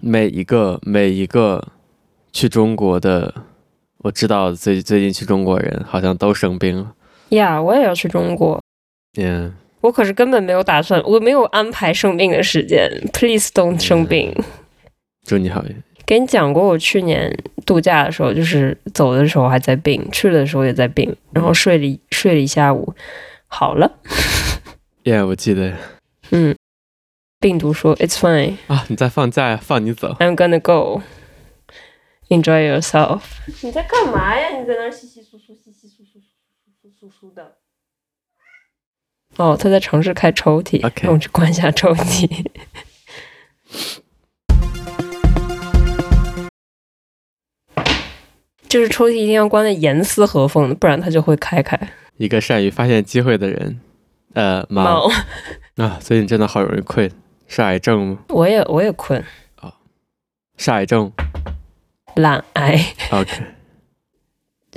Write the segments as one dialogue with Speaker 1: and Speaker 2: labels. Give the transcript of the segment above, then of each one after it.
Speaker 1: 每一个每一个去中国的，我知道最最近去中国人好像都生病了。
Speaker 2: 呀我也要去中国，
Speaker 1: 嗯，
Speaker 2: 我可是根本没有打算，我没有安排生病的时间。Please
Speaker 1: 嗯
Speaker 2: don't 生病。
Speaker 1: 祝你好运。
Speaker 2: 给你讲过，我去年度假的时候，就是走的时候还在病，去的时候也在病，然后睡了一睡了一下午，好了。
Speaker 1: 耶、我记得
Speaker 2: 嗯，病毒说 "It's fine,
Speaker 1: 啊，你在放假呀，放你走。
Speaker 2: I'm gonna go." Enjoy yourself. 你在干嘛呀？你在那稀稀疏疏、稀稀疏疏、疏疏疏疏的。哦，他在尝试开抽屉
Speaker 1: OK
Speaker 2: 让我去关一下抽屉。就是抽屉一定要关的严丝合缝的，不然它就会开开。
Speaker 1: 一个善于发现机会的人，呃，猫
Speaker 2: 猫，
Speaker 1: 啊，最近真的好容易困，是癌症吗？
Speaker 2: 我也我也困，
Speaker 1: 是癌症。
Speaker 2: 懒癌。
Speaker 1: OK，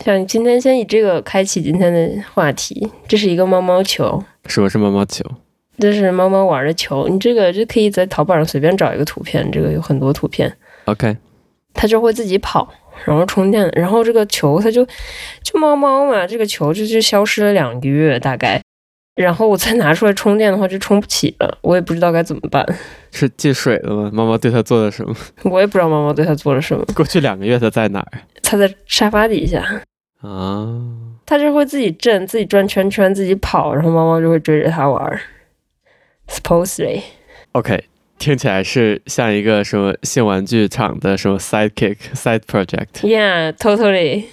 Speaker 2: 想今天先以这个开启今天的话题，这是一个猫猫球，
Speaker 1: 什么是猫猫球？
Speaker 2: 这是猫猫玩的球。你这个就可以在淘宝上随便找一个图片，这个有很多图片，
Speaker 1: OK，
Speaker 2: 它就会自己跑，然后充电，然后这个球它就就猫猫嘛，这个球就就消失了两个月大概，然后我再拿出来充电的话就充不起了，我也不知道该怎么办，
Speaker 1: 是进水了吗？猫猫对它做了什么？
Speaker 2: 我也不知道猫猫对它做了什么，
Speaker 1: 过去两个月它在哪儿
Speaker 2: 它在沙发底下。
Speaker 1: 啊？
Speaker 2: 它就会自己震，自己转圈圈，自己跑，然后猫猫就会追着它玩儿。Supposedly，
Speaker 1: OK，听起来是像一个什么性玩具厂的什么 sidekick side project。
Speaker 2: Yeah, totally.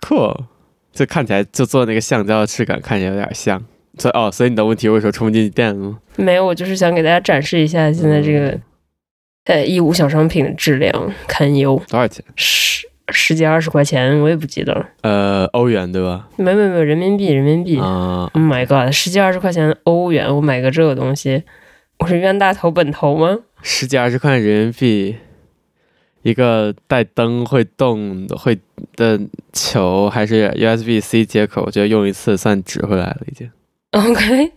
Speaker 1: Cool，就看起来就做那个橡胶的质感，看起来有点像。所以哦，所以你的问题为什么充不进电了吗？
Speaker 2: 没有，我就是想给大家展示一下现在这个
Speaker 1: 嗯
Speaker 2: 呃义乌小商品的质量堪忧，
Speaker 1: 多少钱？
Speaker 2: 十十几二十块钱我也不记得了，
Speaker 1: 呃，欧元对吧？
Speaker 2: 没没没人民币人民币。
Speaker 1: 啊、
Speaker 2: Oh my god，十几二十块钱欧元，我买个这个东西，我是冤大头本头吗？
Speaker 1: 十几二十块人民币，一个带灯会动的会的球，还是 USB C 接口，我觉得用一次算值回来了，已经。
Speaker 2: OK，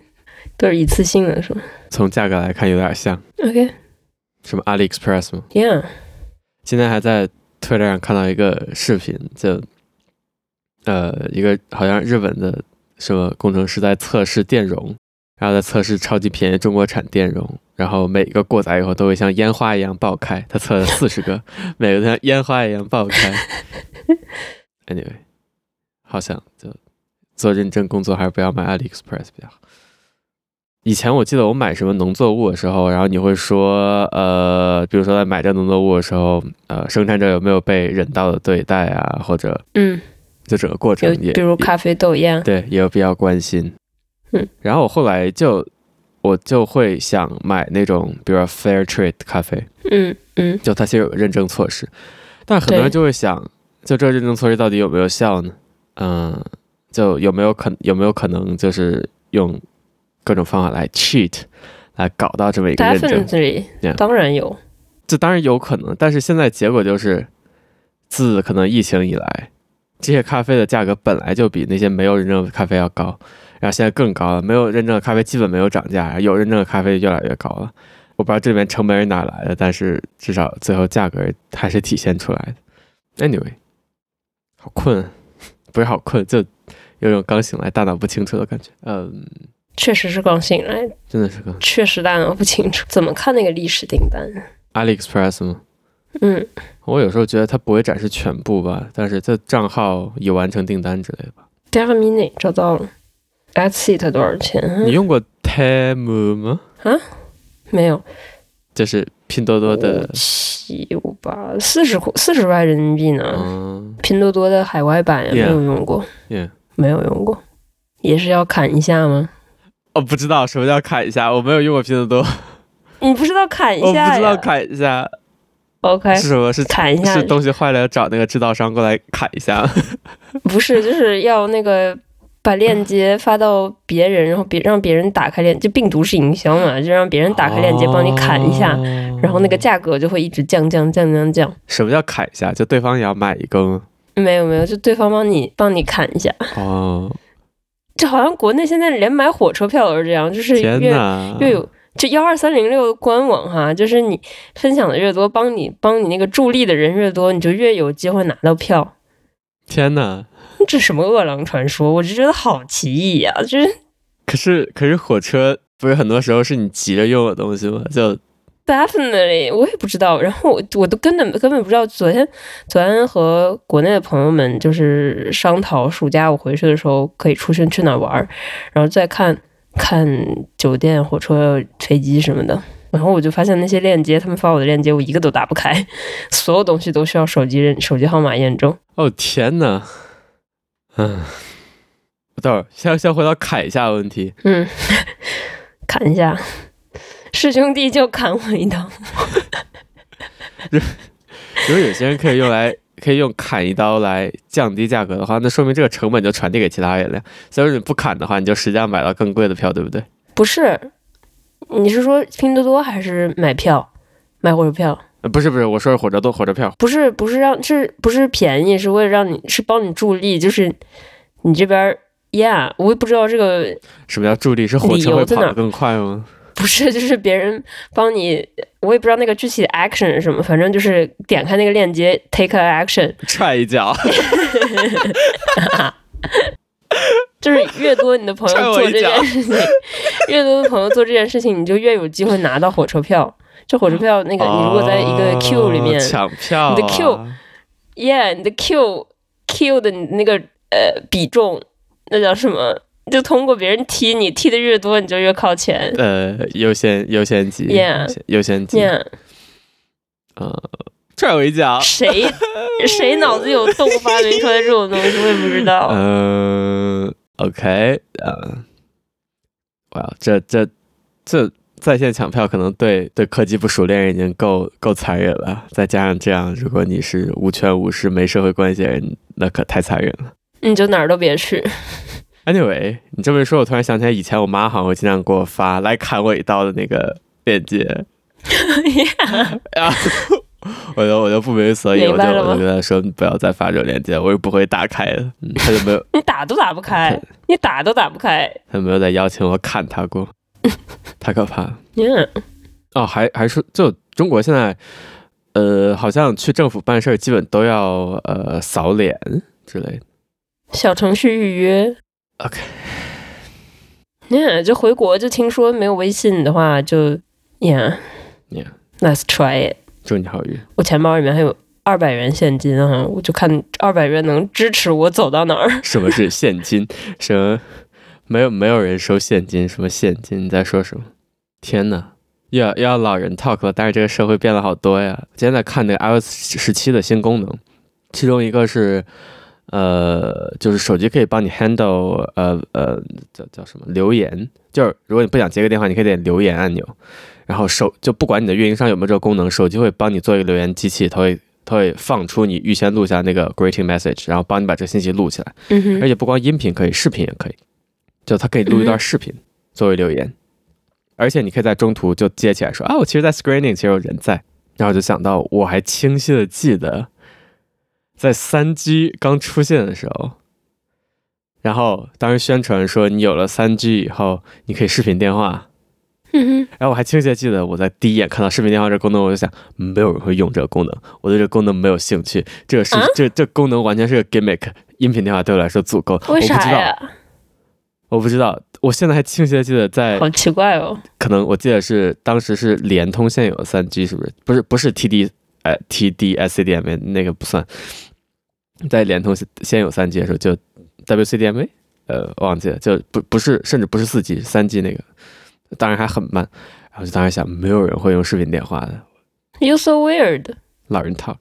Speaker 2: 都 是一次性的是吗
Speaker 1: 从价格来看，有点像
Speaker 2: ？OK，Yeah，、
Speaker 1: 什么 AliExpress 吗？今天还在推特上看到一个视频，就呃，一个好像日本的什么工程师在测试电容，然后在测试超级便宜中国产电容，然后每个过载以后都会像烟花一样爆开，他测了四十个，每个都像烟花一样爆开。anyway，好想就做认真工作，还是不要买 AliExpress 比较好。以前我记得我买什么农作物的时候，然后你会说，呃，比如说在买这农作物的时候，呃，生产者有没有被人道的对待啊，或者
Speaker 2: 嗯，
Speaker 1: 就整个过程
Speaker 2: 有
Speaker 1: 也
Speaker 2: 比如咖啡豆一样，
Speaker 1: 对，也有必要关心。
Speaker 2: 嗯，
Speaker 1: 然后我后来就我就会想买那种，比如说 fair trade 咖啡，
Speaker 2: 嗯嗯，
Speaker 1: 就它其实有个认证措施，但很多人
Speaker 2: 对
Speaker 1: 就会想，就这个认证措施到底有没有效呢？嗯，就有没有可有没有可能就是用各种方法来 cheat 来搞到这么一个认证？
Speaker 2: Definitely，
Speaker 1: Yeah
Speaker 2: 当然有。
Speaker 1: 这当然有可能，但是现在结果就是，自可能疫情以来，这些咖啡的价格本来就比那些没有认证的咖啡要高，然后现在更高了。没有认证的咖啡基本没有涨价，有认证的咖啡越来越高了。我不知道这里面成本是哪来的，但是至少最后价格还是体现出来的。Anyway，好困 啊，不是好困，就有种刚醒来大脑不清楚的感觉。嗯，
Speaker 2: 确实是刚醒来，
Speaker 1: 真的是个
Speaker 2: 哎确实大脑不清楚， 怎么看那个历史订单？
Speaker 1: AliExpress 吗？
Speaker 2: 嗯，
Speaker 1: 我有时候觉得它不会展示全部吧，但是这账号已完成订单之类的吧。
Speaker 2: d a v m i n i 找到了 a t s e 它多少钱？
Speaker 1: 你用过 Temu 吗？
Speaker 2: 没有，
Speaker 1: 就是拼多多的
Speaker 2: 五，七五八四十四十块人民币呢。
Speaker 1: 嗯，
Speaker 2: 拼多多的海外版也没
Speaker 1: Yeah
Speaker 2: 有用过，
Speaker 1: 耶、
Speaker 2: 没有用过，也是要砍一下吗？
Speaker 1: 我哦不知道什么叫砍一下，我没有用过拼多多，
Speaker 2: 你不知道砍一
Speaker 1: 我
Speaker 2: 下
Speaker 1: 不知道
Speaker 2: 呀
Speaker 1: 砍一下
Speaker 2: OK，
Speaker 1: 是什么，是
Speaker 2: 砍一下
Speaker 1: 是东西坏了要找那个制造商过来砍一下。
Speaker 2: 不是就是要那个。把链接发到别人，然后别让别人打开链，就病毒式营销嘛，就让别人打开链接帮你砍一下，
Speaker 1: 哦
Speaker 2: 然后那个价格就会一直降降降降降。
Speaker 1: 什么叫砍一下？就对方也要买一个吗？
Speaker 2: 没有没有，就对方帮你帮你砍一下，
Speaker 1: 哦，
Speaker 2: 就好像国内现在连买火车票都是这样，就是
Speaker 1: 天
Speaker 2: 越
Speaker 1: 哪！
Speaker 2: 越有就幺二三零六官网哈，就是你分享的越多，帮你帮你那个助力的人越多，你就越有机会拿到票。
Speaker 1: 天哪！
Speaker 2: 这什么饿狼传说？我就觉得好奇异呀、就是
Speaker 1: 可是可是火车不是很多时候是你急着用的东西吗？就
Speaker 2: definitely 我也不知道。然后我我都根本根本不知道。昨天昨天和国内的朋友们就是商讨暑假我回去的时候可以出去去哪儿玩儿，然后再看看酒店、火车、飞机什么的。然后我就发现那些链接，他们发我的链接，我一个都打不开，所有东西都需要手机认手机号码验证。
Speaker 1: 哦天哪！嗯，等会儿先先回到砍一下问题。
Speaker 2: 嗯，砍一下，是兄弟就砍我一刀。
Speaker 1: 如果有些人可以用来可以用砍一刀来降低价格的话，那说明这个成本就传递给其他人了呀。所以说你不砍的话，你就实际上买到更贵的票，对不对？
Speaker 2: 不是，你是说拼多多还是买票？买火车票
Speaker 1: 呃不是不是，我说是火车都火车票。
Speaker 2: 不是不是让是不是便宜是为了让你是帮你助力，就是你这边儿，yeah，我也不知道这个
Speaker 1: 什么叫助力？是火车
Speaker 2: 理
Speaker 1: 会
Speaker 2: 由在
Speaker 1: 跑
Speaker 2: 哪
Speaker 1: 得更快吗？
Speaker 2: 不是就是别人帮你，我也不知道那个具体的 action 是什么，反正就是点开那个链接 take a action，
Speaker 1: 踹一脚，
Speaker 2: 就是越多你的朋
Speaker 1: 踹
Speaker 2: 友
Speaker 1: 我
Speaker 2: 做
Speaker 1: 一
Speaker 2: 这
Speaker 1: 脚
Speaker 2: 件事情，越多的朋友做这件事情，你就越有机会拿到火车票。就火车票那个，你如果在一个 queue 里面
Speaker 1: 哦，抢票、啊，
Speaker 2: 你的 queue yeah，你的 Q Q 的你那个呃比重，那叫什么？就通过别人踢你，踢的越多，你就越靠前。
Speaker 1: 呃优先优先级
Speaker 2: Yeah
Speaker 1: 优先级，
Speaker 2: Yeah，
Speaker 1: 呃，踹我一脚，
Speaker 2: 谁谁脑子有洞发明出来这种东西，我也不知
Speaker 1: 啊
Speaker 2: 道。
Speaker 1: 嗯、o k 呃，哇，这这这在线抢票可能对对科技不熟练人已经够够残忍了，再加上这样，如果你是无权无势、没社会关系的人，那可太残忍了。
Speaker 2: 你就哪儿都别去。
Speaker 1: Anyway，你这么一说，我突然想起来，以前我妈好像会经常给我发来砍我一刀的那个链接，
Speaker 2: yeah,
Speaker 1: 然后我就我就不明所以，我
Speaker 2: 明
Speaker 1: 就
Speaker 2: 白了吗
Speaker 1: 我就跟她说，你不要再发这种链接，我是不会打开的。嗯，她就没有，
Speaker 2: 你打都打不开
Speaker 1: 对，
Speaker 2: 你打都打不开。
Speaker 1: 她没有再邀请我砍她 过，太可怕了。
Speaker 2: Yeah，
Speaker 1: 哦，还还是就中国现在，呃，好像去政府办事儿基本都要呃扫脸之类的。
Speaker 2: 小程序预约。
Speaker 1: OK，
Speaker 2: Yeah，就回国就听说没有微信的话，就 Yeah。
Speaker 1: Yeah
Speaker 2: Let's try it.
Speaker 1: 祝你好运。
Speaker 2: 我钱包里面还有二百元现金啊，我就看二百元能支持我走到哪儿。
Speaker 1: 什么是现金？什么没有没有人收现金？什么现金？你在说什么？天呐，又要又要老人 talk 了。但是这个社会变了好多呀。今天在看那个 iOS 十七的新功能，其中一个是。呃，就是手机可以帮你 handle 呃呃叫叫什么留言，就是如果你不想接个电话，你可以点留言按钮，然后手就不管你的运营商有没有这个功能，手机会帮你做一个留言机器，它会它会放出你预先录下那个 greeting message，然后帮你把这个信息录起来。
Speaker 2: 嗯
Speaker 1: 而
Speaker 2: 哼，
Speaker 1: 且不光音频可以，视频也可以，就它可以录一段视频、作为留言，而且你可以在中途就接起来说啊，我其实在 screening，其实有人在，然后就想到我还清晰的记得，在三 G 刚出现的时候，然后当时宣传说你有了三 G 以后，你可以视频电话，
Speaker 2: 嗯哼，
Speaker 1: 然后我还清晰的记得我在第一眼看到视频电话这个功能，我就想没有人会用这个功能，我对这个功能没有兴趣，这个是、
Speaker 2: 啊
Speaker 1: 这这功能完全是个 gimmick。音频电话对我来说足够，我
Speaker 2: 为
Speaker 1: 不
Speaker 2: 啥
Speaker 1: 知道
Speaker 2: 呀？
Speaker 1: 我不知道，我现在还清晰的记得在，
Speaker 2: 好奇怪哦。
Speaker 1: 可能我记得是当时是联通现有的三 G，是不是？不是，不是 TD，呃，TD-SCDMA 那个不算，在联通现现有三 G 的时候就 WCDMA，呃，我忘记了，就不不是，甚至不是四 G，三 G 那个，当然还很慢。然后就当时想，没有人会用视频电话的，
Speaker 2: You so weird，
Speaker 1: 老人 talk，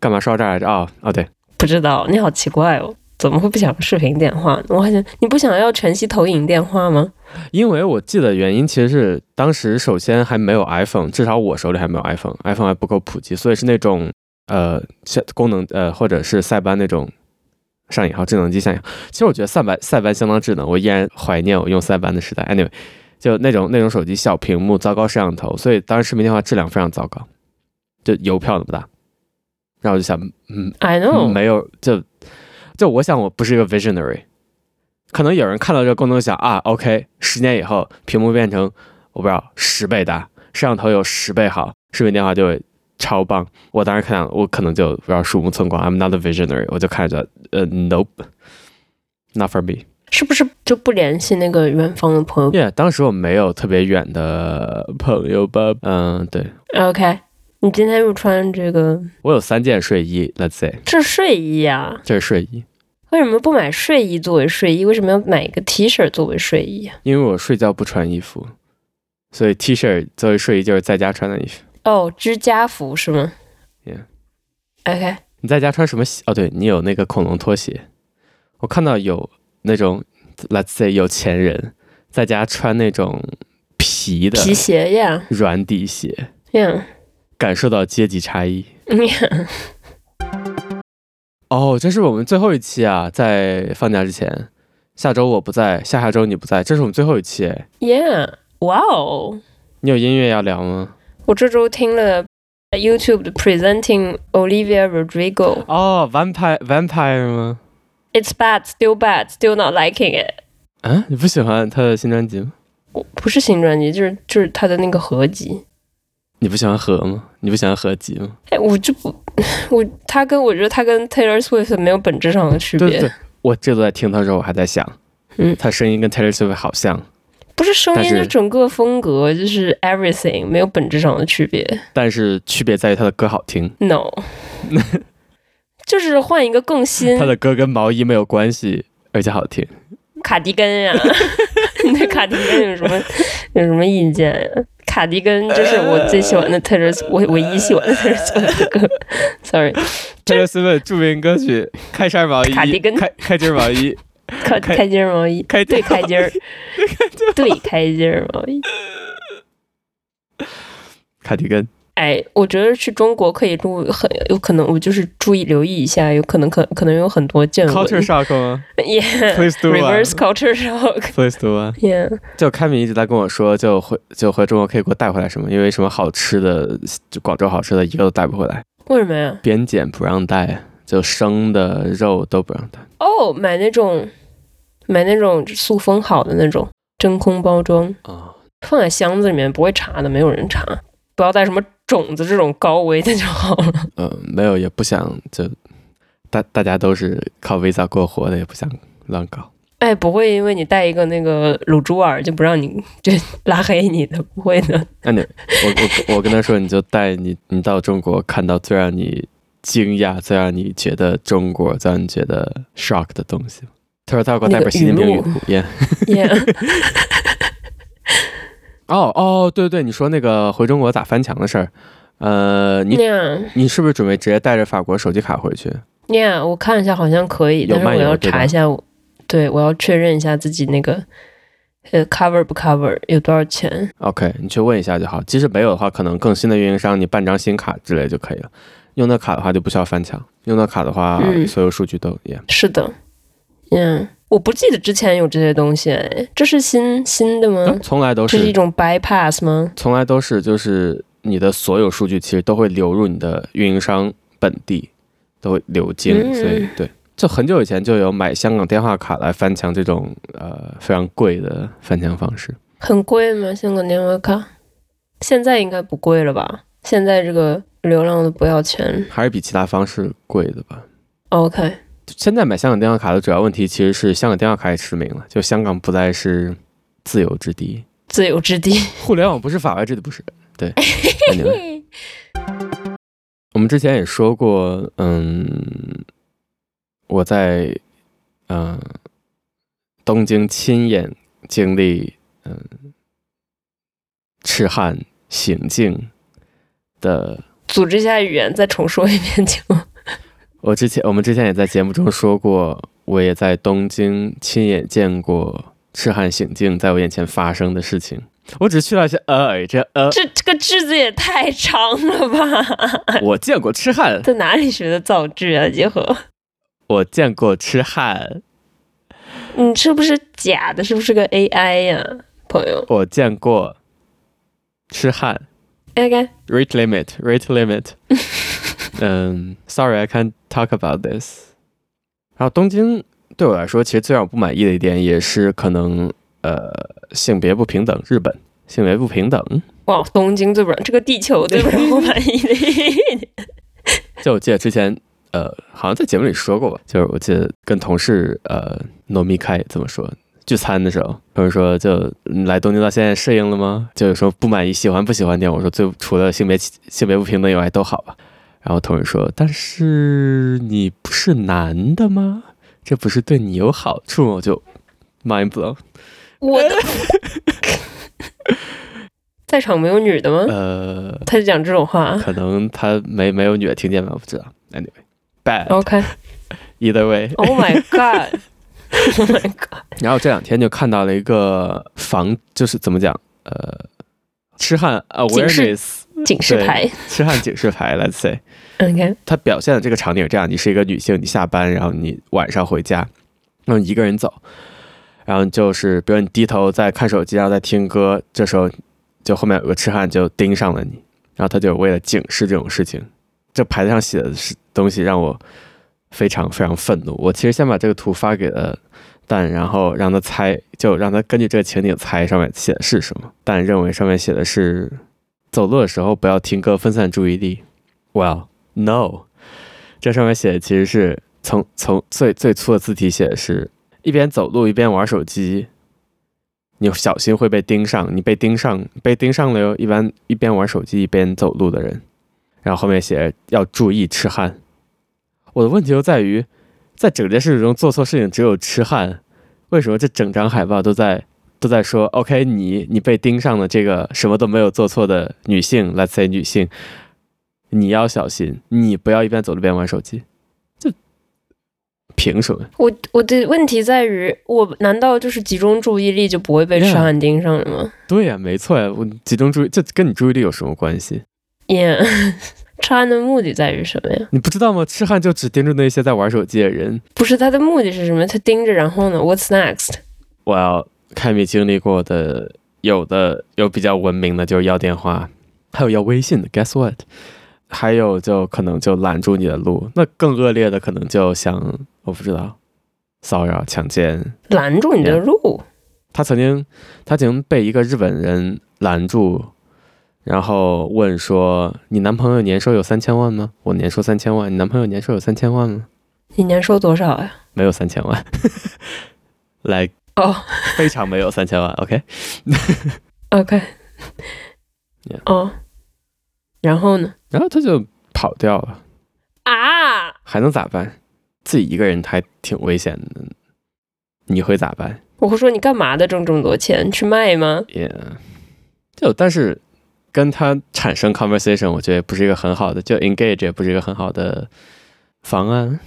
Speaker 1: 干嘛说到这儿来着？哦哦，对，
Speaker 2: 不知道你好奇怪哦，怎么会不想视频电话呢？我好像你不想要全息投影电话吗？
Speaker 1: 因为我记得原因其实是当时首先还没有 iPhone，至少我手里还没有 iPhone，iPhone 还不够普及，所以是那种呃像功能呃或者是塞班那种上引号智能机上引号。其实我觉得塞班塞班相当智能，我依然怀念我用塞班的时代。Anyway，就那种那种手机小屏幕、糟糕摄像头，所以当时视频电话质量非常糟糕，就邮票那么大。然后我就想，嗯，
Speaker 2: I
Speaker 1: 嗯
Speaker 2: know，、
Speaker 1: 没有，就就我想我不是一个 visionary，可能有人看到这个功能想啊，OK，十年以后屏幕变成我不知道十倍大，摄像头有十倍好，视频电话就会超棒。我当时看到我可能就不知道鼠目寸光，I'm not a visionary，我就看着呃，nope，not for me。
Speaker 2: 是不是就不联系那个远方的朋友
Speaker 1: Yeah，当时我没有特别远的朋友吧，嗯，对
Speaker 2: ？OK，你今天又穿这个，
Speaker 1: 我有三件睡衣，Let's say
Speaker 2: 这是睡衣啊？
Speaker 1: 这是睡衣，
Speaker 2: 为什么不买睡衣作为睡衣？为什么要买一个 T 恤作为睡衣啊？
Speaker 1: 因为我睡觉不穿衣服，所以 T 恤作为睡衣就是在家穿的衣服。
Speaker 2: 哦，居家服是吗
Speaker 1: Yeah
Speaker 2: ？OK，
Speaker 1: 你在家穿什么鞋？哦，对你有那个恐龙拖鞋，我看到有那种 Let's say 有钱人在家穿那种皮的
Speaker 2: 皮鞋呀
Speaker 1: 软底鞋，
Speaker 2: 呀
Speaker 1: 感受到阶级差异。
Speaker 2: 呀，
Speaker 1: 哦，这是我们最后一期啊，在放假之前，下周我不在，下下周你不在，这是我们最后一期哎。
Speaker 2: 呀，哇哦！
Speaker 1: 你有音乐要聊吗？
Speaker 2: 我这周听了 YouTube 的 Presenting Olivia Rodrigo。
Speaker 1: 哦，Vampire Vampire 吗？
Speaker 2: It's bad, still bad, still not liking it。
Speaker 1: 啊，你不喜欢他的新专辑吗？
Speaker 2: 我不是新专辑，就是就是他的那个合集。
Speaker 1: 你不喜欢和吗？你不喜欢合集吗？
Speaker 2: 哎，我就不， 我他跟我觉得他跟 Taylor Swift 没有本质上的区别，
Speaker 1: 对对对，我这次在听他的时候，我还在想，
Speaker 2: 嗯
Speaker 1: 他声音跟 Taylor Swift 好像，
Speaker 2: 不是声
Speaker 1: 但
Speaker 2: 音，
Speaker 1: 是
Speaker 2: 就整个风格，就是 everything 没有本质上的区别。
Speaker 1: 但是区别在于他的歌好听，
Speaker 2: No，就是换一个更新
Speaker 1: 他的歌跟毛衣没有关系，而且好听。
Speaker 2: 卡迪根 呀、你对卡迪根有什么有什么意见呀、卡迪根就是我最喜欢的 Taylor，Swift- 我唯一喜欢的 Taylor Swift 的歌。Sorry，
Speaker 1: Taylor Swift 著名歌曲《开衫毛衣
Speaker 2: 卡迪根》，
Speaker 1: 开开襟毛衣，
Speaker 2: 开
Speaker 1: 开
Speaker 2: 开襟儿毛衣，
Speaker 1: 开襟
Speaker 2: 对
Speaker 1: 儿
Speaker 2: 开襟儿，对开襟儿毛衣。
Speaker 1: 卡迪根。
Speaker 2: 哎，我觉得去中国可以注很有可能，我就是注意留意一下，有可能可可能有很多见闻。
Speaker 1: Culture Shock 吗
Speaker 2: yeah，reverse
Speaker 1: ？Please do one.
Speaker 2: culture shock。
Speaker 1: Please do one.
Speaker 2: Yeah，
Speaker 1: 就开明一直在跟我说，就回就回中国可以给我带回来什么，因为什么好吃的，就广州好吃的一个都带不回来，
Speaker 2: 为什么呀？
Speaker 1: 边检不让带，就生的肉都不让带。
Speaker 2: 哦，买那种买那种塑封好的那种真空包装，
Speaker 1: 啊、
Speaker 2: 放在箱子里面不会查的，没有人查。不要带什么种子这种高危的就好了。
Speaker 1: 呃，没有，也不想就大大家都是靠 Visa 过活的，也不想乱搞。
Speaker 2: 哎，不会因为你带一个那个卤猪耳就不让你就拉黑你的，不会的。
Speaker 1: 那你 我我我跟他说，你就带你你到中国看到最让你惊讶、最让你觉得中国、最让你觉得 shock 的东西。他说他要给我带本习近平语录。耶
Speaker 2: Yeah，
Speaker 1: 哦哦，对对，你说那个回中国打翻墙的事儿，呃，你
Speaker 2: 那样
Speaker 1: 你是不是准备直接带着法国手机卡回去？
Speaker 2: Yeah，我看一下好像可以，
Speaker 1: 有
Speaker 2: 但是
Speaker 1: 漫
Speaker 2: 我
Speaker 1: 游
Speaker 2: 要
Speaker 1: 对吧
Speaker 2: 查一下我，对我要确认一下自己那个呃 cover 不 cover 有多少钱。
Speaker 1: OK，你去问一下就好。即使没有的话，可能更新的运营商你办张新卡之类就可以了。用那卡的话就不需要翻墙，用那卡的话、
Speaker 2: 嗯
Speaker 1: 所有数据都一样。
Speaker 2: 是的，Yeah，我不记得之前有这些东西，哎这是新新的吗？
Speaker 1: 从来都
Speaker 2: 嗯这是
Speaker 1: 嗯
Speaker 2: 一
Speaker 1: 是，
Speaker 2: 种 bypass 吗？
Speaker 1: 从来都是，就是你的所有数据其实都会流入你的运营商本地，都会流经。
Speaker 2: 嗯
Speaker 1: 所以对，就很久以前就有买香港电话卡来翻墙这种呃非常贵的翻墙方式。
Speaker 2: 很贵吗？香港电话卡？现在应该不贵了吧？现在这个流浪的不要钱。
Speaker 1: 还是比其他方式贵的吧。
Speaker 2: OK，
Speaker 1: 现在买香港电话卡的主要问题其实是香港电话卡也失明了，就香港不再是自由之地，
Speaker 2: 自由之地。
Speaker 1: 互联网不是法外之地，不是 对。anyway，我们之前也说过，嗯，我在嗯、东京亲眼经历嗯、痴汉行径的
Speaker 2: 组织一下语言，再重说一遍 就。
Speaker 1: 我之前我们之前也在节目中说过，我也在东京亲眼见过痴汉行径在我眼前发生的事情。我只去了一些呃，这呃，
Speaker 2: 这这个句子也太长了吧？
Speaker 1: 我见过痴汉，
Speaker 2: 在哪里学的造句啊？结合，
Speaker 1: 我见过痴汉，
Speaker 2: 你嗯是不是假的？是不是个 AI 呀、朋友
Speaker 1: 我见过痴汉。
Speaker 2: ？OK，
Speaker 1: Rate limit, rate limit 嗯，Sorry, I can't talk about this。然后东京对我来说，其实最让我不满意的一点也是可能呃性别不平等。日本性别不平等。
Speaker 2: 哇，东京最不让这个地球最不让我满意的一点。
Speaker 1: 就我记得之前，呃，好像在节目里说过吧，就是我记得跟同事呃糯米开怎么说聚餐的时候，他们说就你来东京到现在适应了吗？就有时候不满意、喜欢不喜欢点，我说最除了性别性别不平等以外都好吧。然后同事说，但是你不是男的吗？这不是对你有好处吗？我就 mind blown。
Speaker 2: 我的在场没有女的吗？
Speaker 1: 呃，
Speaker 2: 他就讲这种话
Speaker 1: 可能他没没有女的听见吧，我不知道。Anyway，bad、
Speaker 2: ，OK。
Speaker 1: either way。
Speaker 2: Oh my god！Oh my god！
Speaker 1: 然后这两天就看到了一个防，就是怎么讲，呃，痴汉呃
Speaker 2: 警示
Speaker 1: awareness
Speaker 2: 警示
Speaker 1: 对
Speaker 2: 牌
Speaker 1: 痴汉警示牌，let's say，
Speaker 2: ，OK，
Speaker 1: 它表现的这个场景是这样：你是一个女性，你下班，然后你晚上回家，然后一个人走，然后就是比如你低头在看手机，然后在听歌，这时候就后面有个痴汉就盯上了你，然后他就为了警示这种事情，这牌子上写的是东西让我非常非常愤怒。我其实先把这个图发给了蛋，然后让他猜，就让他根据这个情景猜上面写的是什么。蛋认为上面写的是走路的时候不要听歌分散注意力。Well, 哦 no，这上面写的其实是从从最最粗的字体写的是一边走路一边玩手机。你小心会被盯上，你被盯上，被盯上了哟。一般一边玩手机一边走路的人，然后后面写要注意痴汉。我的问题就在于，在整件事情中做错事情只有痴汉，为什么这整张海报都在都在说 “OK，你你被盯上了这个什么都没有做错的女性，Let's say 女性，你要小心，你不要一边走路一边玩手机。”这凭什么？
Speaker 2: 我我的问题在于，我难道就是集中注意力就不会被痴
Speaker 1: Yeah
Speaker 2: 汉盯上了吗
Speaker 1: 对呀、没错呀、我集中注意，这跟你注意力有什么关系？
Speaker 2: ？Yeah，痴 汉的目的在于什么呀？
Speaker 1: 你不知道吗？痴汉就只盯住那些在玩手机的人。
Speaker 2: 不是他的目的是什么？他盯着，然后呢？What's next？
Speaker 1: 我要看你经历过的，有的有比较文明的，就是要电话，还有要微信的。Guess what？还有就可能就拦住你的路，那更恶劣的可能就想我不知道骚扰、强奸。
Speaker 2: 拦住你的路
Speaker 1: 他曾经他曾经被一个日本人拦住，然后问说：“你男朋友年收有三千万吗？”我年收三千万，你男朋友年收有三千万吗？
Speaker 2: 你年收多少呀？
Speaker 1: 没有三千万， 来，
Speaker 2: 哦、
Speaker 1: 非常没有三千万。OK，
Speaker 2: o k
Speaker 1: Yeah
Speaker 2: 哦，然后呢？
Speaker 1: 然后他就跑掉了。
Speaker 2: 啊，
Speaker 1: 还能咋办？自己一个人还挺危险的，你会咋办？
Speaker 2: 我会说你干嘛的？挣这么多钱去卖吗？
Speaker 1: 也、就但是跟他产生 conversation，我觉得也不是一个很好的，就 engage 也不是一个很好的方案。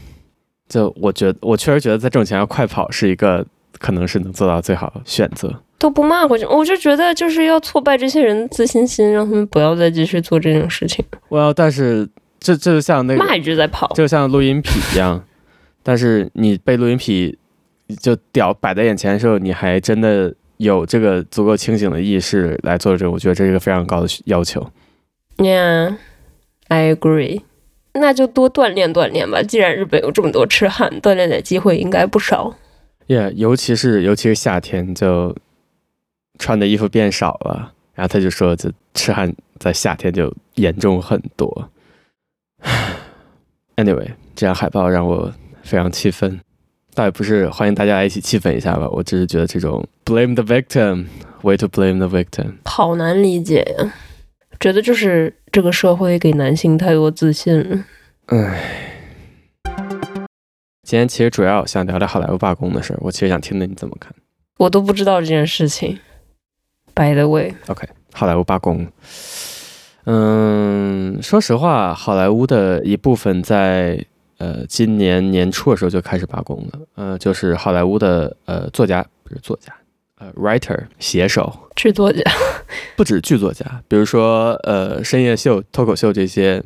Speaker 1: 就我觉得，我确实觉得在这种情况下，快跑是一个可能是能做到最好的选择。
Speaker 2: 都不骂回去，我就觉得就是要挫败这些人的自信心，让他们不要再继续做这种事情。
Speaker 1: well,，但是这这就像那个
Speaker 2: 骂一直在跑，
Speaker 1: 就像录音笔一样，但是你被录音笔就屌摆在眼前的时候，你还真的有这个足够清醒的意识来做这个，我觉得这是一个非常高的要求。
Speaker 2: Yeah, I agree。那就多锻炼锻炼吧。既然日本有这么多痴汉，锻炼的机会应该不少。
Speaker 1: 也、尤其是尤其是夏天，就穿的衣服变少了，然后他就说，就痴汉在夏天就严重很多。anyway，这张海报让我非常气愤，倒也不是欢迎大家来一起气愤一下吧，我只是觉得这种 blame the victim，way to blame the victim。
Speaker 2: 好难理解呀，觉得就是这个社会给男性太多自信了。
Speaker 1: 唉，今天其实主要想聊聊好莱坞罢工的事儿，我其实想听听你怎么看。
Speaker 2: 我都不知道这件事情。By the way，
Speaker 1: OK，好莱坞罢工。嗯，说实话，好莱坞的一部分在呃今年年初的时候就开始罢工了。呃，就是好莱坞的呃作家不是作家，呃 writer 写手，
Speaker 2: 制作家
Speaker 1: 不止剧作家，比如说呃深夜秀、脱口秀这些，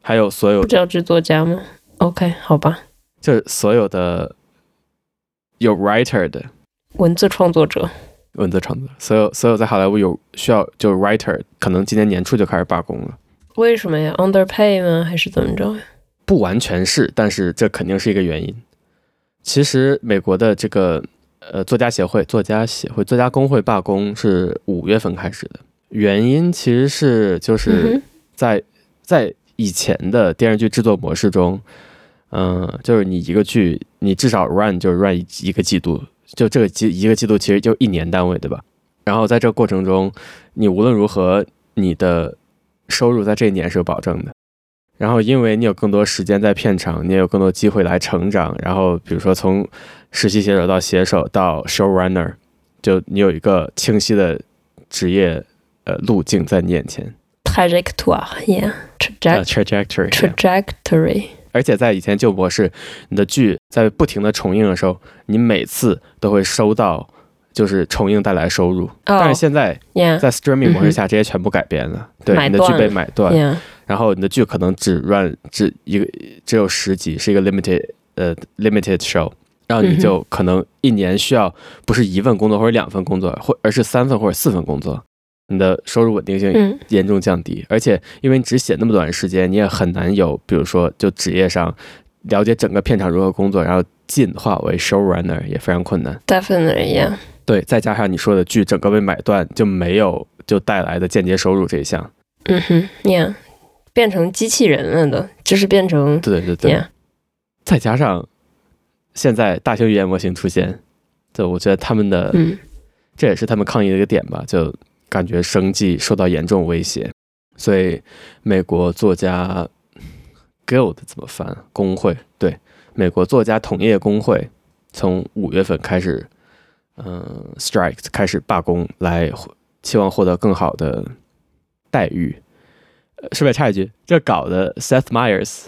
Speaker 1: 还有所有
Speaker 2: 不叫制作家吗？OK，好吧，
Speaker 1: 就是所有的有 writer 的
Speaker 2: 文字创作者。
Speaker 1: 文字创作者，所有所有在好莱坞有需要就是 writer，可能今年年初就开始罢工了。
Speaker 2: 为什么呀？underpay 吗？还是怎么着呀？
Speaker 1: 不完全是，但是这肯定是一个原因。其实美国的这个呃作家协会、作家协会、作家工会罢工是五月份开始的，原因其实是就是
Speaker 2: 嗯
Speaker 1: 在、在以前的电视剧制作模式中，嗯、就是你一个剧你至少 run 就是 run 一一个季度，就这个季一个季度其实就一年单位对吧？然后在这个过程中，你无论如何你的收入在这一年是有保证的。然后，因为你有更多时间在片场，你也有更多机会来成长。然后，比如说从实习写手到写手到 showrunner，就你有一个清晰的职业呃路径在你眼前
Speaker 2: trajectoire，yeah
Speaker 1: 呃
Speaker 2: traje
Speaker 1: trajectory 这样。
Speaker 2: trajectory，
Speaker 1: 而且在以前旧模式，你的剧在不停的重映的时候，你每次都会收到就是重映带来的收入。但
Speaker 2: 哦
Speaker 1: 是现在
Speaker 2: ，yeah
Speaker 1: 在 streaming 模
Speaker 2: 嗯哼
Speaker 1: 式下，这些全部改变了，对
Speaker 2: 买
Speaker 1: 你的剧
Speaker 2: 断
Speaker 1: 被
Speaker 2: 了
Speaker 1: 买断，
Speaker 2: yeah，
Speaker 1: 然后你的剧可能只 run 只一个只有十集，是一个 limited 呃 limited
Speaker 2: 嗯
Speaker 1: show，然后你就可能一年需要不是一份工作或者两份工作，或而是三份或者四份工作，你的收入稳定性
Speaker 2: 嗯
Speaker 1: 严重降低，而且因为你只写那么短时间，你也很难有比如说就职业上了解整个片场如何工作，然后进化为 showrunner 也非常困难。
Speaker 2: ，definitely yeah，
Speaker 1: 对，再加上你说的剧整个被买断，就没有就带来的间接收入这一项。
Speaker 2: 嗯哼，yeah，变成机器人了都，就是变成
Speaker 1: 对对对。
Speaker 2: yeah，
Speaker 1: 再加上现在大型语言模型出现，就我觉得他们的、
Speaker 2: 嗯
Speaker 1: 这也是他们抗议的一个点吧，就感觉生计受到严重威胁，所以美国作家 Guild 怎么翻？工会对，美国作家同业工会从五月份开始，嗯、s t r i k e 开始罢工，来获期望获得更好的待遇。呃顺便插一句，这搞的 Seth Meyers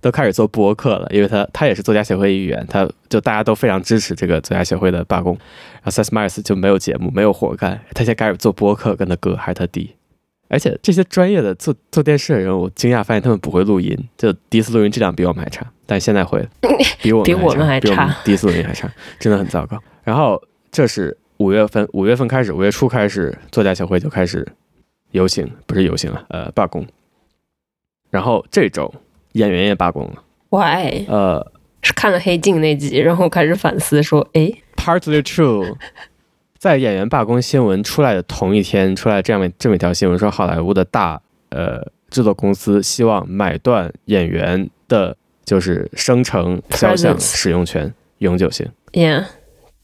Speaker 1: 都开始做播客了，因为他他也是作家协会一员，他就大家都非常支持这个作家协会的罢工。然后 Seth Meyers 就没有节目，没有活干，他先开始做播客，跟他哥还是他弟。而且这些专业的做做电视的人，我惊讶发现他们不会录音，就第一次录音质量比我们还差，但现在会 了，比我们
Speaker 2: 比我们还
Speaker 1: 还差，比我们
Speaker 2: 差
Speaker 1: 第一次录音还差，真的很糟糕。然后这是五月份，五月份开始，五月初开始，作家协会就开始游行，不是游行啊，呃，罢工。然后这周演员也罢工了，
Speaker 2: ，why
Speaker 1: 呃
Speaker 2: 是看了《黑镜》那集，然后开始反思说，哎，
Speaker 1: ，partly true，在演员罢工新闻出来的同一天，出来这样这么一条新闻，说好莱坞的大呃制作公司希望买断演员的，就是生成肖像
Speaker 2: Presence
Speaker 1: 使用权 永久性。
Speaker 2: yeah，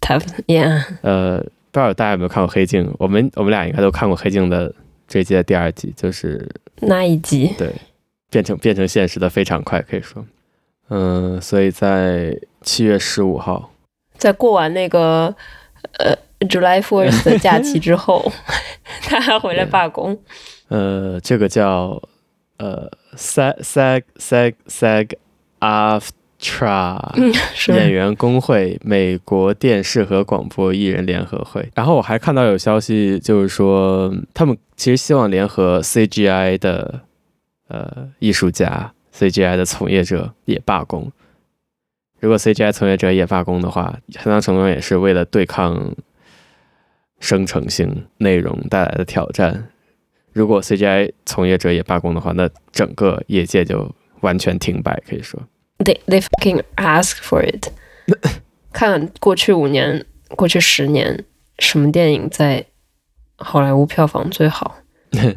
Speaker 2: 他 yeah，
Speaker 1: 呃，不知道大家有没有看过《黑镜》？我们我们俩应该都看过《黑镜》的这一季的第二季，就是
Speaker 2: 那一集，
Speaker 1: 变成变成现实的非常快，可以说，嗯、所以在七月十五号，
Speaker 2: 在过完那个呃 July Fourth 的假期之后， 他还回来
Speaker 1: Yeah
Speaker 2: 罢工。
Speaker 1: 呃，这个叫呃 sag sag sag sag aftra
Speaker 2: 嗯，是
Speaker 1: 演员工会美国电视和广播艺人联合会，然后我还看到有消息，就是说他们其实希望联合 CGI 的呃艺术家、CGI 的从业者也罢工。如果 CGI 从业者也罢工的话，很大程度上也是为了对抗生成性内容带来的挑战。如果 CGI 从业者也罢工的话，那整个业界就完全停摆，可以说。
Speaker 2: they they fucking ask for it 。 看过去五年，过去十年，什么电影在好莱坞票房 最好？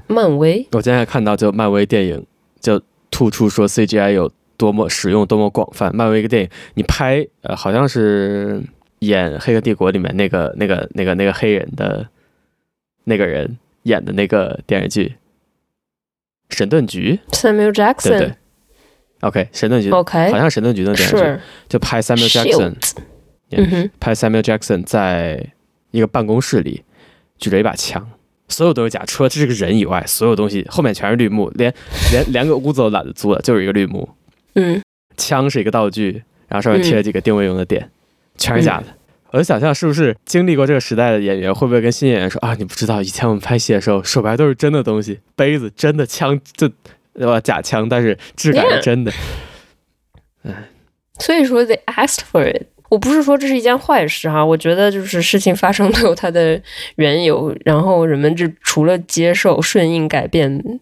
Speaker 2: 漫威
Speaker 1: 我今天还看到，就漫威电影就突出说 CGI 有多么使用多么广泛。漫威一个电影，你拍呃好像是演《黑客帝国》里面那个那个那个那个黑人的那个人演的那个电视剧《神盾局》，对
Speaker 2: Samuel
Speaker 1: 不
Speaker 2: Jackson
Speaker 1: 对？OK，《神盾局》好
Speaker 2: OK
Speaker 1: 像《神盾局》那电视剧
Speaker 2: 哦哎是
Speaker 1: 就拍 Samuel Jackson，
Speaker 2: Shield 嗯哼
Speaker 1: 拍 Samuel Jackson 在一个办公室里举着一把枪，所有都是假，除了这个人以外，所有东西后面全是绿幕，连 连连个屋子都懒得租了，就是一个绿幕。
Speaker 2: 嗯
Speaker 1: 枪是一个道具，然后上面贴了几个定位用的点，全是假的。我就想象是不是经历过这个时代的演员，会不会跟新演员说啊，你不知道以前我们拍戏的时候，手牌都是真的东西，杯子真的枪，这对吧？假枪，但是质感是
Speaker 2: Yeah
Speaker 1: 真的。
Speaker 2: 所以说 they asked for it。我不是说这是一件坏事哈，我觉得就是事情发生都有它的缘由，然后人们这除了接受、顺应改变，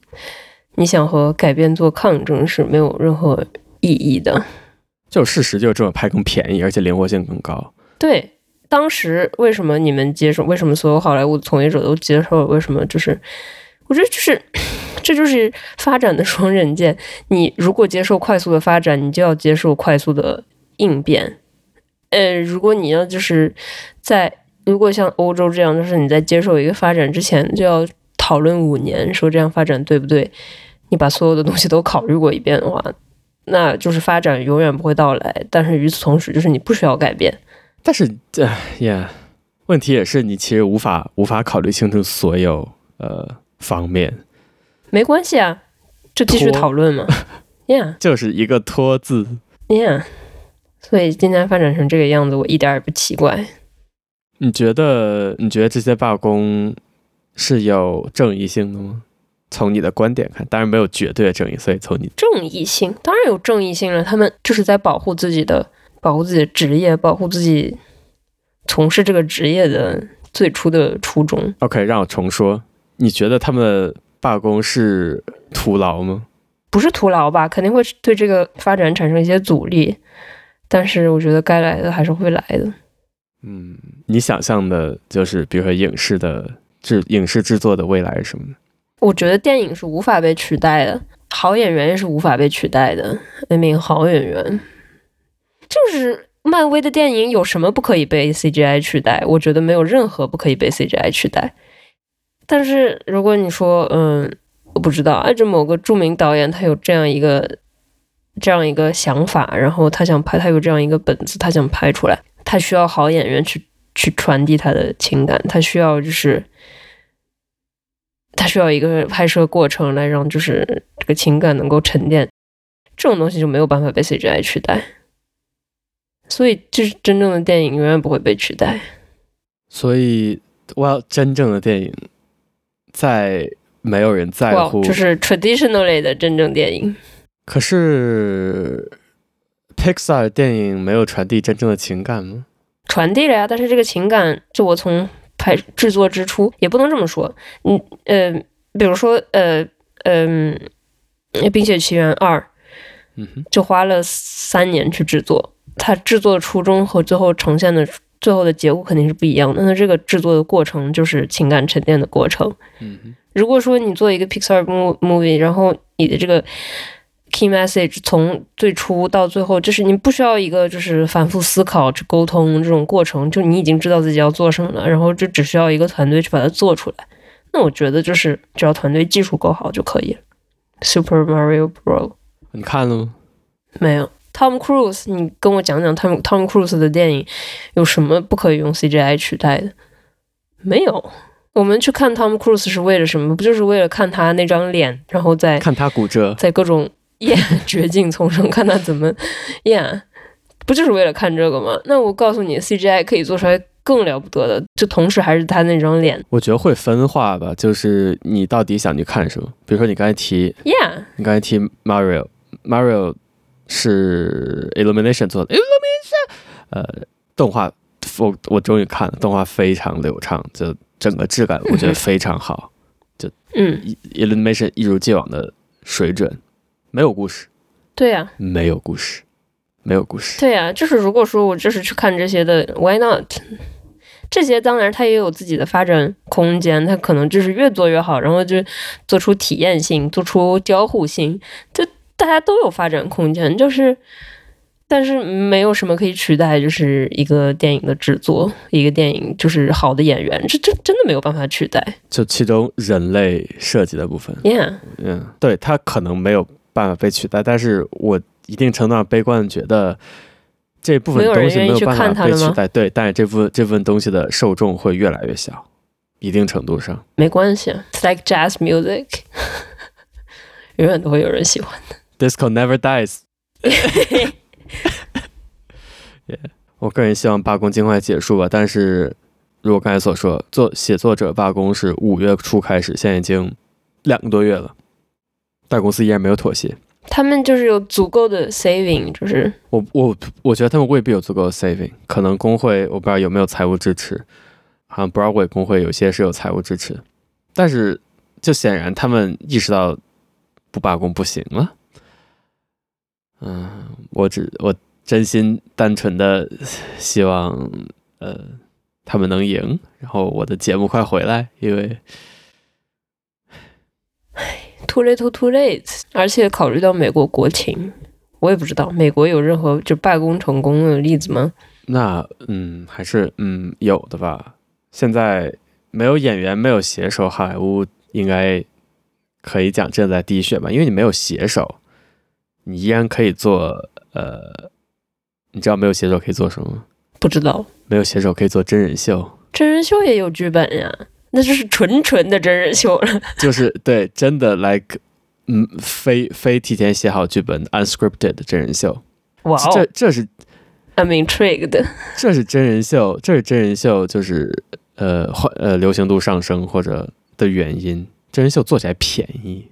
Speaker 2: 你想和改变做抗争是没有任何意义的。
Speaker 1: 就事实就是这么拍更便宜，而且灵活性更高。
Speaker 2: 对，当时为什么你们接受？为什么所有好莱坞从业者都接受？为什么就是？我觉得就是， 这就是发展的双刃剑。你如果接受快速的发展，你就要接受快速的应变。呃，如果你要就是在如果像欧洲这样，就是你在接受一个发展之前就要讨论五年，说这样发展对不对？你把所有的东西都考虑过一遍的话，那就是发展永远不会到来。但是与此同时，就是你不需要改变。
Speaker 1: 但是这也问题也是你其实无法无法考虑清楚所有呃方面，
Speaker 2: 没关系啊，就继续
Speaker 1: 拖
Speaker 2: 讨论嘛。Yeah,
Speaker 1: 就是一个拖字。
Speaker 2: yeah。所以今天发展成这个样子，我一点儿也不奇怪。
Speaker 1: 你觉得你觉得这些罢工是有正义性的吗？从你的观点看，当然没有绝对的正义，所以从你
Speaker 2: 正义性当然有正义性了，他们就是在保护自己的，保护自己的职业，保护自己从事这个职业的最初的初衷。
Speaker 1: OK 让我重说，你觉得他们的罢工是徒劳吗？
Speaker 2: 不是徒劳吧，肯定会对这个发展产生一些阻力，但是我觉得该来的还是会来的。
Speaker 1: 嗯，你想象的就是比如说影视的制影视制作的未来是什么的？
Speaker 2: 我觉得电影是无法被取代的，好演员也是无法被取代的。I mean，好演员就是漫威的电影有什么不可以被 CGI 取代？我觉得没有任何不可以被 CGI 取代。但是如果你说，嗯，我不知道，按照某个著名导演，他有这样一个这样一个想法，然后他想拍，他有这样一个本子，他想拍出来，他需要好演员去去传递他的情感，他需要就是他需要一个拍摄过程来让就是这个情感能够沉淀，这种东西就没有办法被 CGI 取代。所以，就是真正的电影永远不会被取代。
Speaker 1: 所以，我要真正的电影，在没有人在
Speaker 2: 哇
Speaker 1: 乎，，
Speaker 2: 就是 traditionally 的真正电影。
Speaker 1: 可是 Pixar 电影没有传递真正的情感吗？
Speaker 2: 传递了呀，但是这个情感，就我从拍制作之初，也不能这么说。嗯呃，比如说呃嗯，呃冰雪奇缘二》
Speaker 1: 嗯哼，
Speaker 2: 就花了三年去制作，它制作的初衷和最后呈现的最后的结果肯定是不一样的。那这个制作的过程就是情感沉淀的过程。
Speaker 1: 嗯哼，
Speaker 2: 如果说你做一个 Pixar mo- movie，然后你的这个 key message 从最初到最后，就是你不需要一个就是反复思考、去沟通这种过程，就你已经知道自己要做什么了，然后就只需要一个团队去把它做出来。那我觉得就是只要团队技术够好就可以了。Super Mario Bros.
Speaker 1: 你看了吗？
Speaker 2: 没有 Tom Cruise，你跟我讲讲 Tom Tom Cruise 的电影有什么不可以用 CGI 取代的？没有。我们去看 Tom Cruise 是为了什么？不就是为了看他那张脸，然后再
Speaker 1: 看他骨折，
Speaker 2: 在各种演绝境丛生，看他怎么演，不就是为了看这个吗？那我告诉你，CGI 可以做出来更了不得的，就同时还是他那张脸
Speaker 1: 我觉得会分化吧，就是你到底想去看什么？比如说你刚才提，
Speaker 2: ，Yeah，
Speaker 1: 你刚才提 Mario，Mario 是 Illumination 做的，Illumination，呃，动画我我终于看了，动画非常流畅，就整个质感我觉得
Speaker 2: 嗯哼
Speaker 1: 非常好。
Speaker 2: 嗯，
Speaker 1: Illumination 一如既往的水准，没有故事，
Speaker 2: 对啊呀、
Speaker 1: 没有故事，没有故事。
Speaker 2: 对呀、啊就是如果说我就是去看这些的，Why not？这些当然它也有自己的发展空间，它可能就是越做越好，然后就做出体验性，做出交互性，就大家都有发展空间，就是。但是没有什么可以取代，就是一个电影的制作，一个电影就是好的演员，这这真的没有办法取代。
Speaker 1: 就其中人类设计的部分，
Speaker 2: Yeah，
Speaker 1: 嗯，对，它可能没有办法被取代，但是我一定程度上悲观的觉得。这部分
Speaker 2: 没有人
Speaker 1: 东西没
Speaker 2: 愿意
Speaker 1: 有
Speaker 2: 去
Speaker 1: 办
Speaker 2: 看
Speaker 1: 法
Speaker 2: 它
Speaker 1: 被
Speaker 2: 了
Speaker 1: 取
Speaker 2: 吗
Speaker 1: 代，对，但是这部分这部分东西的受众会越来越小，一定程度上，
Speaker 2: 没关系，It's 啊 like jazz music，永远都会有人喜欢。
Speaker 1: Disco never dies 。Yeah，我个人希望罢工尽快结束吧，但是如我刚才所说，作写作者罢工是五月初开始，现在已经两个多月了，但公司依然没有妥协。
Speaker 2: 他们就是有足够的 saving，就是
Speaker 1: 我我我觉得他们未必有足够的 saving，可能工会我不知道有没有财务支持，好像 Broadway 工会有些是有财务支持，但是就显然他们意识到不罢工不行了。嗯，我只我真心单纯的希望呃，他们能赢，然后我的节目快回来，因为
Speaker 2: too little too late。而且考虑到美国国情，我也不知道美国有任何就罢工成功的例子吗？
Speaker 1: 那嗯还是嗯有的吧。现在没有演员，没有写手，好莱坞应该可以讲正在滴血吧，因为你没有写手，你依然可以做呃，你知道没有写手可以做什么吗？
Speaker 2: 不知道，
Speaker 1: 没有写手可以做真人秀，
Speaker 2: 真人秀也有剧本呀，那就是纯纯的真人秀了。
Speaker 1: 就是对，真的 like，嗯，非非提前写好剧本，unscripted 的真人秀，
Speaker 2: 哇
Speaker 1: 这
Speaker 2: 哦
Speaker 1: 这是
Speaker 2: ，I'm intrigued。
Speaker 1: 这是真人秀，这是真人秀，就是呃欢呃流行度上升或者的原因，真人秀做起来便宜。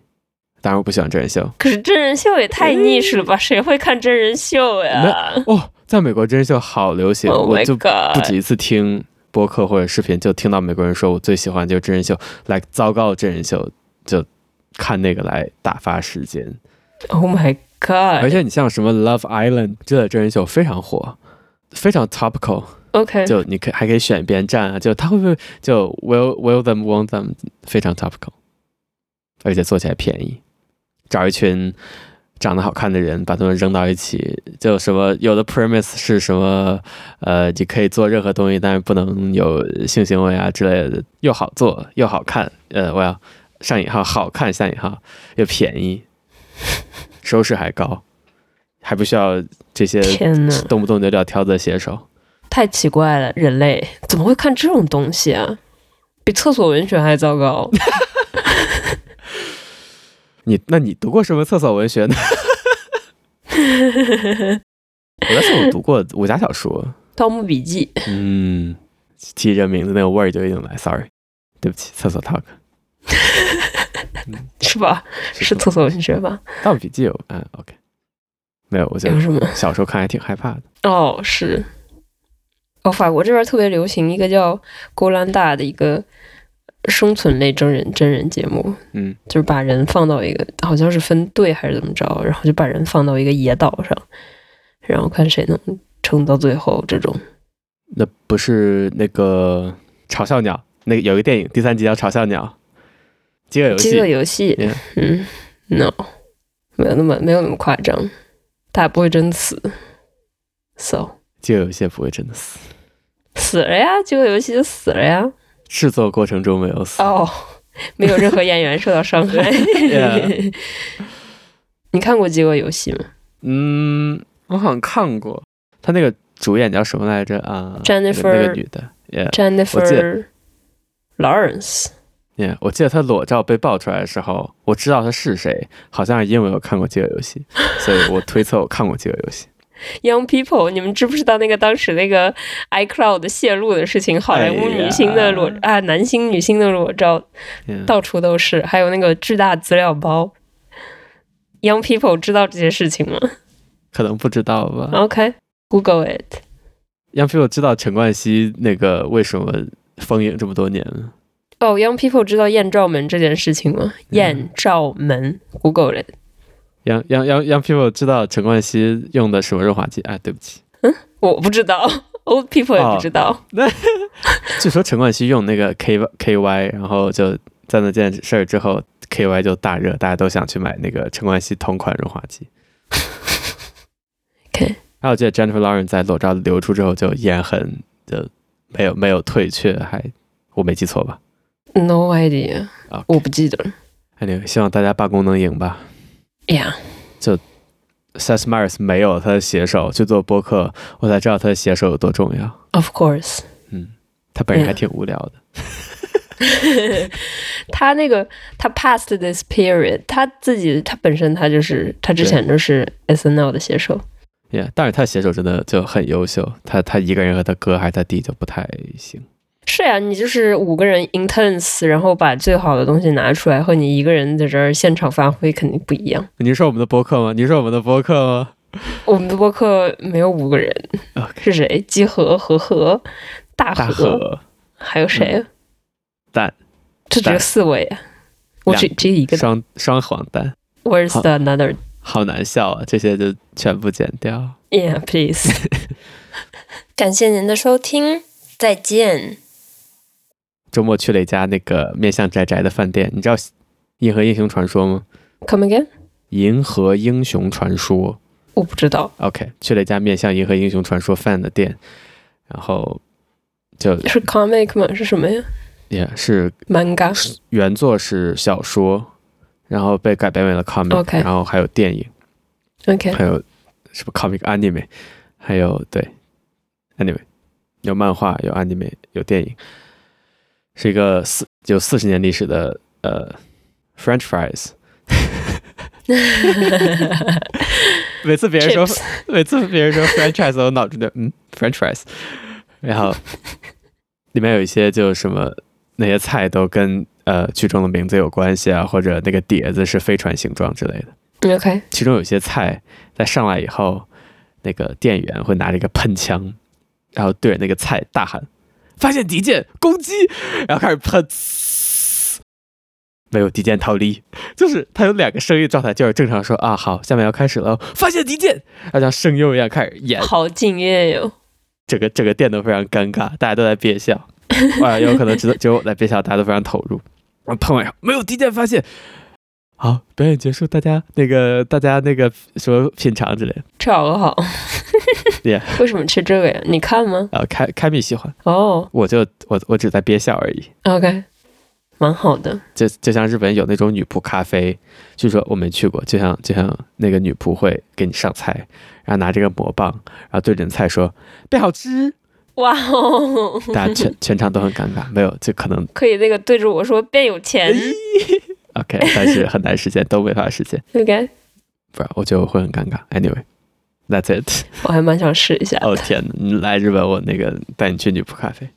Speaker 1: 当然我不喜欢真人秀
Speaker 2: 可是真人秀也太 niche 了吧？谁会看真人秀呀
Speaker 1: 哦，在美国真人秀好流行，
Speaker 2: ？Oh
Speaker 1: 我
Speaker 2: my
Speaker 1: 就
Speaker 2: god！
Speaker 1: 不止一次听播客或者视频就听到美国人说我最喜欢就是真人秀，like 糟糕的真人秀就看那个来打发时间。
Speaker 2: Oh my
Speaker 1: 而
Speaker 2: god！OK，、
Speaker 1: 且你像什么 Love Island 这类真人秀非常火，非常 topical，就 你可以还可以选边站啊，就他会不会就 will will them want them 非常 topical，而且做起来便宜，找一群长得好看的人把他们扔到一起，就什么有的 premise 是什么呃你可以做任何东西，但是不能有性行为啊之类的，又好做又好看，呃我要上引号好看下引号又便宜，收视还高，还不需要这些
Speaker 2: 天呐，
Speaker 1: 动不动就撂挑子的写手。
Speaker 2: 太奇怪了，人类怎么会看这种东西啊？比厕所文学还糟糕。
Speaker 1: 你那你读过什么厕所文学呢？ 我在厕所读过武侠小说，
Speaker 2: 《盗墓笔记》
Speaker 1: 嗯，提这名字那个味儿就已经来，sorry，对不起，厕所 talk
Speaker 2: 是吧？是
Speaker 1: 的
Speaker 2: 厕所文学吧？
Speaker 1: 盗墓笔记有，嗯，OK，没有，我觉
Speaker 2: 有
Speaker 1: 得
Speaker 2: 什么？
Speaker 1: 小时候看还挺害怕的，
Speaker 2: 哦，是。哦，法国这边特别流行一个叫《勾兰大》的一个生存类真人真人节目，
Speaker 1: 嗯，
Speaker 2: 就是把人放到一个好像是分队还是怎么着，然后就把人放到一个野岛上，然后看谁能撑到最后。这种
Speaker 1: 那不是那个嘲笑鸟，那个有一个电影第三集叫嘲笑鸟，饥饿游
Speaker 2: 饥饿
Speaker 1: 戏，
Speaker 2: 游戏
Speaker 1: Yeah
Speaker 2: 嗯，no，没有那么没有那么夸张，大家不会真死。so
Speaker 1: 饥饿游戏也不会真的死，
Speaker 2: 死了呀，饥饿游戏就死了呀。
Speaker 1: 制作过程中没有死，
Speaker 2: 哦，没 有任何演员受到伤害。
Speaker 1: Yeah
Speaker 2: 你看过《饥饿游戏》吗？
Speaker 1: 嗯，我好像看过，他那个主演叫什么来着啊
Speaker 2: Jennifer-
Speaker 1: 那个女的，Yeah记呃
Speaker 2: Jennifer Lawrence，
Speaker 1: Yeah，我记得她裸照被爆出来的时候，我知道她是谁，好像是因为我看过《饥饿游戏》，所以我推测我看过《饥饿游戏
Speaker 2: Young People，你们知不知道那个当时那个 iCloud 泄露的事情？好莱坞女星的裸、啊，男星女星的裸照》
Speaker 1: 嗯 Yeah。
Speaker 2: 到处都是，还有那个巨大资料包。Young People 知道这些事情吗
Speaker 1: 可能不知道吧。
Speaker 2: 啊？OK，Google、it。
Speaker 1: Young People 知道陈冠希那个为什么封影这么多年吗？
Speaker 2: 哦、y o u n g People 知道艳照门这件事情吗？
Speaker 1: 嗯
Speaker 2: 艳照门，Google it。
Speaker 1: Young Young Young Young People 知道陈冠希用的什么润滑剂？哎，对不起，
Speaker 2: 我不知道，Old People
Speaker 1: 啊
Speaker 2: 也不知道。
Speaker 1: 据说陈冠希用那个 K K Y，然后就在那件事儿之后，K Y 就大热，大家都想去买那个陈冠希同款润滑剂。
Speaker 2: OK，
Speaker 1: 还有，我记得 Jennifer Lawrence 在裸照流出之后就依然很就没有没有退却，还我没记错吧？
Speaker 2: No idea，
Speaker 1: OK
Speaker 2: 我不记得了。
Speaker 1: 哎，那个希望大家罢工能赢吧。
Speaker 2: 呀、
Speaker 1: Seth Meyers 没有他的写手去做播客，我才知道他的写手有多重要。
Speaker 2: yeah,，of course，
Speaker 1: 嗯，他本人还
Speaker 2: 嗯
Speaker 1: 挺无聊的。
Speaker 2: 他那个他 past this period，他自己他本身他就是他之前就是 SNL 的写手。
Speaker 1: Yeah，但是他的写手真的就很优秀，他他一个人和他哥还是他弟就不太行。
Speaker 2: 是呀、你就是五个人 intense，然后把最好的东西拿出来，和你一个人在这儿现场发挥肯定不一样。
Speaker 1: 您说我们的播客吗？您说我们的播客吗？
Speaker 2: 我们的播客没有五个人
Speaker 1: OK
Speaker 2: 是谁？集合、和和、大啊
Speaker 1: 大
Speaker 2: 和，
Speaker 1: 河
Speaker 2: 还有谁？
Speaker 1: 嗯蛋
Speaker 2: 这只有
Speaker 1: 蛋
Speaker 2: 四位啊，我只
Speaker 1: 两
Speaker 2: 只有一个蛋。
Speaker 1: 双双黄蛋，
Speaker 2: Where's
Speaker 1: 好
Speaker 2: the another
Speaker 1: 好难笑啊！这些就全部剪掉。
Speaker 2: Yeah, please. 感谢您的收听，再见。
Speaker 1: 周末去了一家那个面向宅宅的饭店，你知道《银河英雄传说》吗？
Speaker 2: Come again？
Speaker 1: 《银河英雄传说
Speaker 2: 我不知道》
Speaker 1: OK，去了一家面向《银河英雄传说》饭的店，然后就是
Speaker 2: comic 吗？是什么呀
Speaker 1: 也、是
Speaker 2: ？manga？
Speaker 1: 原作是小说，然后被改编为了 comic，、
Speaker 2: OK
Speaker 1: 然后还有电影，
Speaker 2: OK，
Speaker 1: 还有什么 comic anime，还有对 anime，有漫画，有 anime，有电影，是一个四有四十年历史的呃 French fries。每 次 别人说
Speaker 2: Chips
Speaker 1: 每次别人说 franchise，我脑子里嗯 French fries，然后里面有一些就什么那些菜都跟呃剧中的名字有关系啊，或者那个碟子是飞船形状之类的。
Speaker 2: OK，
Speaker 1: 其中有些菜在上来以后，那个店员会拿着一个喷枪，然后对着那个菜大喊：“发现敌舰，攻击！”然后开始喷，呲没有敌舰逃离，就是他有两个声音状态，就是正常说啊，好，下面要开始了，发现敌舰，然后像声优一样开始演，
Speaker 2: 好敬业哟。
Speaker 1: 整个整个店都非常尴尬，大家都在憋笑，哇，有可能 只只有我在憋笑，大家都非常投入。然后喷完以后，没有敌舰发现。好，表演结束，大家那个 大家那个什么品尝之类的，
Speaker 2: 吃好喝好。
Speaker 1: Yeah
Speaker 2: 为什么吃这个呀？你看吗？
Speaker 1: 啊，开开密喜欢，
Speaker 2: 哦、
Speaker 1: 我就我我只在憋笑而已。
Speaker 2: o k 蛮好的。
Speaker 1: 就就像日本有那种女仆咖啡，据说我没去过，就像就像那个女仆会给你上菜，然后拿这个魔棒，然后对着你菜说变好吃，
Speaker 2: 哇哦，
Speaker 1: 大家全全场都很尴尬，没有，就可能
Speaker 2: 可以那个对着我说变有钱。
Speaker 1: 哎 OK，但是很难实现，都没法实现，
Speaker 2: OK，
Speaker 1: 不然我就会很尴尬。Anyway，that's it。
Speaker 2: 我还蛮想试一下的。
Speaker 1: 哦天哪，你来日本我那个带你去女仆咖啡，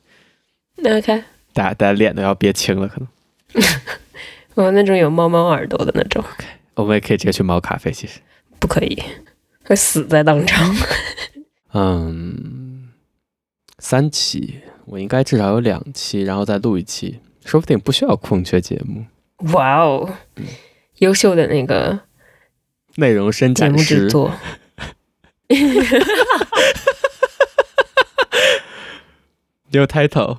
Speaker 2: OK，
Speaker 1: 大家大家脸都要憋青了，可能
Speaker 2: 我那种有猫猫耳朵的那种，
Speaker 1: 我们也可以直接去猫咖啡，其实。
Speaker 2: 不可以，会死在当场。
Speaker 1: 嗯，三期，我应该至少有两期，然后再录一期，说不定不需要空缺节目，
Speaker 2: 哇哦，优秀的那个
Speaker 1: 内容伸
Speaker 2: 节
Speaker 1: 展
Speaker 2: 目
Speaker 1: 师
Speaker 2: 制。作。
Speaker 1: New title，